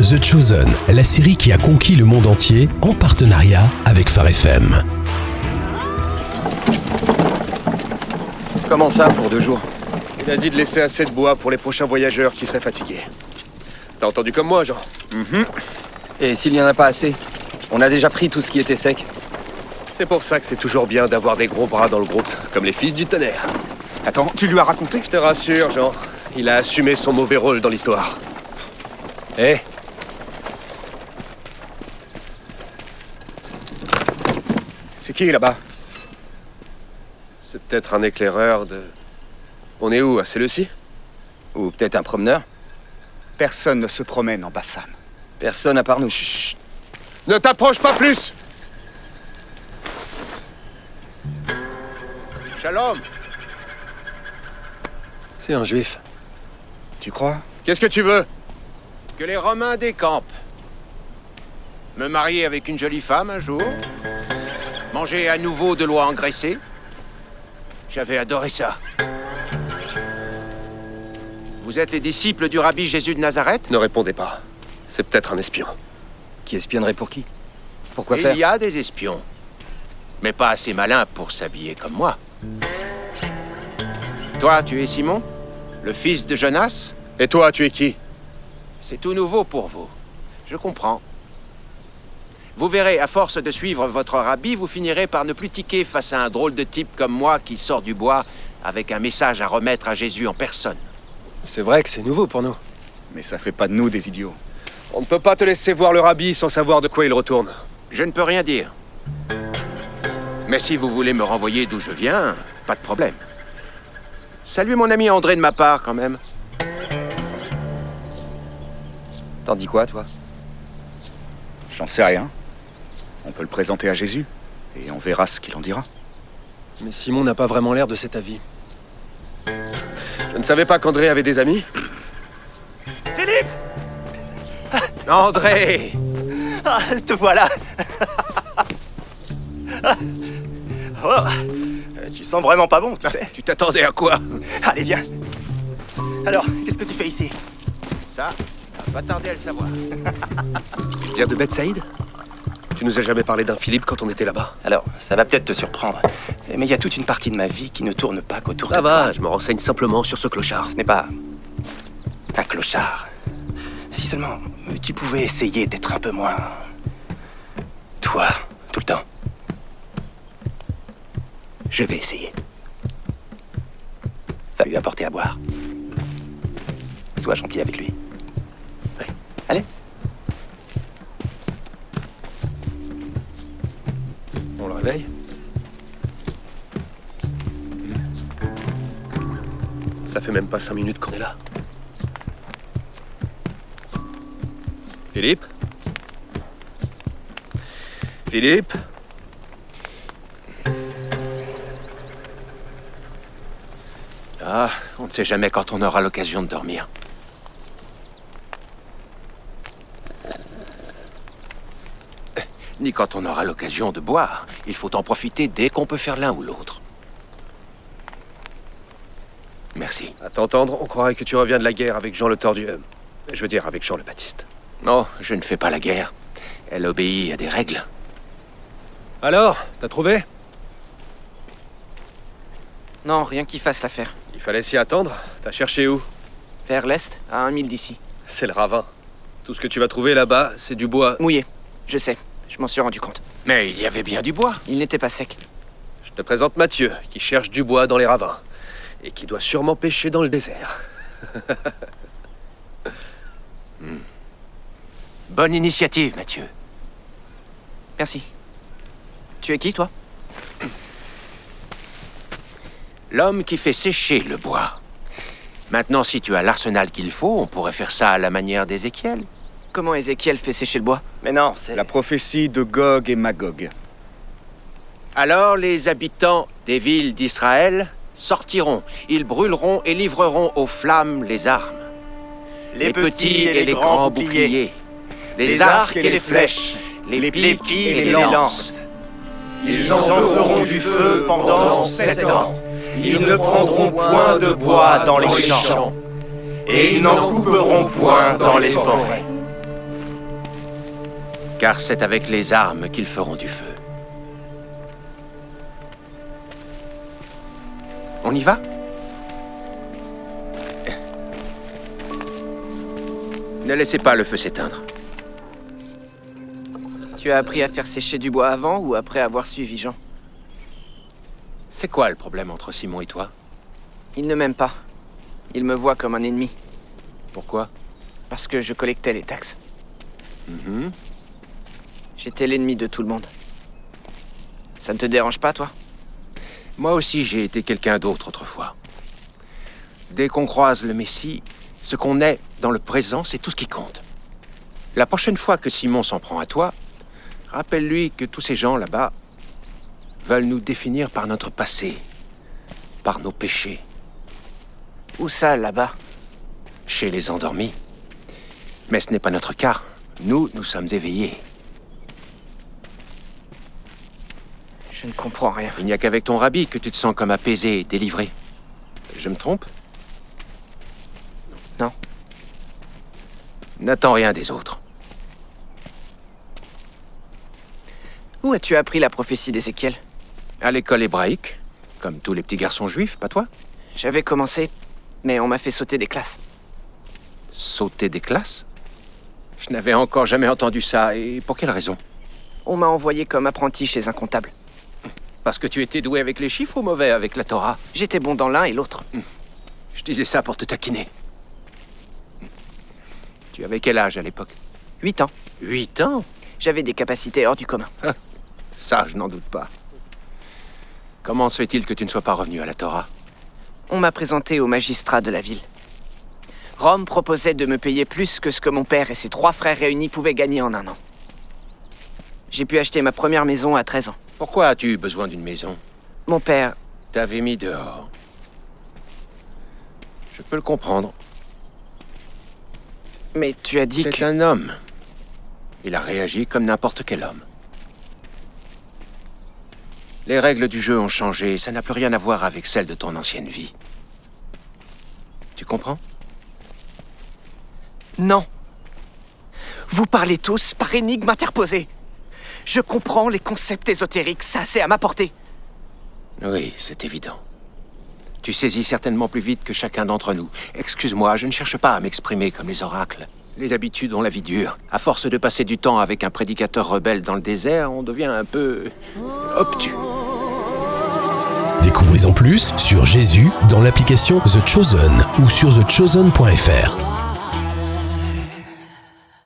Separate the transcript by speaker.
Speaker 1: The Chosen, la série qui a conquis le monde entier en partenariat avec Phare FM.
Speaker 2: Comment ça, pour deux jours
Speaker 3: Il a dit de laisser assez de bois pour les prochains voyageurs qui seraient fatigués. T'as entendu comme moi, Jean Mm-hmm.
Speaker 2: Et s'il n'y en a pas assez On a déjà pris tout ce qui était sec.
Speaker 3: C'est pour ça que c'est toujours bien d'avoir des gros bras dans le groupe, comme les fils du tonnerre.
Speaker 4: Attends, tu lui as raconté
Speaker 3: Je te rassure, Jean, il a assumé son mauvais rôle dans l'histoire.
Speaker 2: Eh
Speaker 3: C'est qui là-bas C'est peut-être un éclaireur de. On est où À Séleucie
Speaker 2: Ou peut-être un promeneur
Speaker 4: Personne ne se promène en Bassam.
Speaker 2: Personne à part nous.
Speaker 3: Ne t'approche pas plus Shalom
Speaker 2: C'est un juif.
Speaker 4: Tu crois
Speaker 3: Qu'est-ce que tu veux
Speaker 5: Que les Romains décampent. Me marier avec une jolie femme un jour. Manger à nouveau de l'oie engraissée. J'avais adoré ça. Vous êtes les disciples du rabbi Jésus de Nazareth
Speaker 3: Ne répondez pas. C'est peut-être un espion.
Speaker 2: Qui espionnerait pour qui Pourquoi
Speaker 5: Il
Speaker 2: faire
Speaker 5: y a des espions. Mais pas assez malins pour s'habiller comme moi. Toi, tu es Simon Le fils de Jonas
Speaker 3: Et toi, tu es qui
Speaker 5: C'est tout nouveau pour vous. Je comprends. Vous verrez, à force de suivre votre rabbi, vous finirez par ne plus tiquer face à un drôle de type comme moi qui sort du bois avec un message à remettre à Jésus en personne.
Speaker 6: C'est vrai que c'est nouveau pour nous.
Speaker 4: Mais ça fait pas de nous des idiots.
Speaker 3: On ne peut pas te laisser voir le rabbi sans savoir de quoi il retourne.
Speaker 5: Je ne peux rien dire. Mais si vous voulez me renvoyer d'où je viens, pas de problème. Salut mon ami André de ma part quand même.
Speaker 2: T'en dis quoi, toi
Speaker 4: J'en sais rien. On peut le présenter à Jésus et on verra ce qu'il en dira.
Speaker 6: Mais Simon n'a pas vraiment l'air de cet avis.
Speaker 3: Je ne savais pas qu'André avait des amis.
Speaker 5: André
Speaker 7: Ah, te voilà Oh, euh, Tu sens vraiment pas bon, tu sais.
Speaker 5: Tu t'attendais à quoi
Speaker 7: Allez, viens. Alors, qu'est-ce que tu fais ici
Speaker 5: Ça, va tarder à le savoir.
Speaker 3: Il vient de Bethsaïde Tu nous as jamais parlé d'un Philippe quand on était là-bas.
Speaker 7: Alors, ça va peut-être te surprendre, mais il y a toute une partie de ma vie qui ne tourne pas qu'autour
Speaker 3: Ça
Speaker 7: de
Speaker 3: va, je me renseigne simplement sur ce clochard.
Speaker 7: Ce n'est pas un clochard. Si seulement tu pouvais essayer d'être un peu moins... Toi, tout le temps. Je vais essayer. Va lui apporter à boire. Sois gentil avec lui. Ouais. Allez.
Speaker 6: On le réveille
Speaker 3: Ça fait même pas cinq minutes qu'on est là. Philippe Philippe
Speaker 5: Ah, on ne sait jamais quand on aura l'occasion de dormir. Euh, Ni quand on aura l'occasion de boire. Il faut en profiter dès qu'on peut faire l'un ou l'autre. Merci.
Speaker 3: À t'entendre, on croirait que tu reviens de la guerre avec Jean le Tordu. euh, je veux dire, avec Jean le Baptiste.
Speaker 5: Non, Oh, je ne fais pas la guerre. Elle obéit à des règles.
Speaker 6: Alors, t'as trouvé
Speaker 8: Non, rien qui fasse l'affaire.
Speaker 3: Il fallait s'y attendre. T'as cherché où
Speaker 8: Vers l'est, à un mille d'ici.
Speaker 3: C'est le ravin. Tout ce que tu vas trouver là-bas, c'est du bois.
Speaker 8: Mouillé. Je sais, je m'en suis rendu compte.
Speaker 5: Mais il y avait bien du bois.
Speaker 8: Il n'était pas sec.
Speaker 3: Je te présente Mathieu, qui cherche du bois dans les ravins. Et qui doit sûrement pêcher dans le désert.
Speaker 5: Bonne initiative, Mathieu.
Speaker 8: Merci. Tu es qui, toi
Speaker 5: L'homme qui fait sécher le bois. Maintenant, si tu as l'arsenal qu'il faut, on pourrait faire ça à la manière d'Ézéchiel.
Speaker 8: Comment Ézéchiel fait sécher le bois
Speaker 7: Mais non, c'est...
Speaker 4: La prophétie de Gog et Magog.
Speaker 5: Alors les habitants des villes d'Israël sortiront, ils brûleront et livreront aux flammes les armes,
Speaker 7: Les, petits et les, grands boucliers.
Speaker 5: les, arcs et les flèches, les piques et les lances.
Speaker 7: Ils en feront du feu pendant sept ans. Ils ne prendront point de bois dans les champs. Et ils n'en couperont point dans les forêts.
Speaker 5: car c'est avec les armes qu'ils feront du feu. On y va Ne laissez pas le feu s'éteindre.
Speaker 8: Tu as appris à faire sécher du bois avant ou après avoir suivi Jean
Speaker 5: C'est quoi le problème entre Simon et toi
Speaker 8: Il ne m'aime pas. Il me voit comme un ennemi,
Speaker 5: Pourquoi
Speaker 8: parce que je collectais les taxes.
Speaker 5: Mhm.
Speaker 8: J'étais l'ennemi de tout le monde. Ça ne te dérange pas, toi
Speaker 5: Moi aussi, j'ai été quelqu'un d'autre autrefois. Dès qu'on croise le Messie, ce qu'on est dans le présent, c'est tout ce qui compte. La prochaine fois que Simon s'en prend à toi, rappelle-lui que tous ces gens là-bas veulent nous définir par notre passé, par nos péchés,
Speaker 8: Où ça, là-bas
Speaker 5: chez les endormis. Mais ce n'est pas notre cas. Nous, nous sommes éveillés.
Speaker 8: Je ne comprends rien.
Speaker 5: Il n'y a qu'avec ton rabbi que tu te sens comme apaisé et délivré. Je me trompe
Speaker 8: Non.
Speaker 5: N'attends rien des autres.
Speaker 8: Où as-tu appris la prophétie d'Ézéchiel
Speaker 5: À l'école hébraïque, comme tous les petits garçons juifs, pas toi
Speaker 8: J'avais commencé, mais on m'a fait sauter des classes.
Speaker 5: Sauter des classes Je n'avais encore jamais entendu ça, et pour quelle raison
Speaker 8: On m'a envoyé comme apprenti chez un comptable.
Speaker 5: Parce que tu étais doué avec les chiffres ou mauvais avec la Torah
Speaker 8: J'étais bon dans l'un et l'autre.
Speaker 5: Je disais ça pour te taquiner. Tu avais quel âge à l'époque
Speaker 8: 8 ans.
Speaker 5: Huit ans
Speaker 8: J'avais des capacités hors du commun.
Speaker 5: Ça, je n'en doute pas. Comment se fait-il que tu ne sois pas revenu à la Torah
Speaker 8: On m'a présenté au magistrat de la ville. Rome proposait de me payer plus que ce que mon père et ses trois frères réunis pouvaient gagner en un an. J'ai pu acheter ma première maison à 13 ans.
Speaker 5: Pourquoi as-tu eu besoin d'une maison
Speaker 8: Mon père,
Speaker 5: T'avais mis dehors. Je peux le comprendre.
Speaker 8: mais tu as dit
Speaker 5: C'est
Speaker 8: que...
Speaker 5: un homme. Il a réagi comme n'importe quel homme. Les règles du jeu ont changé, ça n'a plus rien à voir avec celles de ton ancienne vie. Tu comprends
Speaker 8: Non. Vous parlez tous par énigme interposée. Je comprends les concepts ésotériques, ça c'est à ma portée.
Speaker 5: Oui, c'est évident. Tu saisis certainement plus vite que chacun d'entre nous. Excuse-moi, je ne cherche pas à m'exprimer comme les oracles. Les habitudes ont la vie dure. À force de passer du temps avec un prédicateur rebelle dans le désert, on devient un peu obtus.
Speaker 1: Découvrez en plus sur Jésus dans l'application The Chosen ou sur thechosen.fr.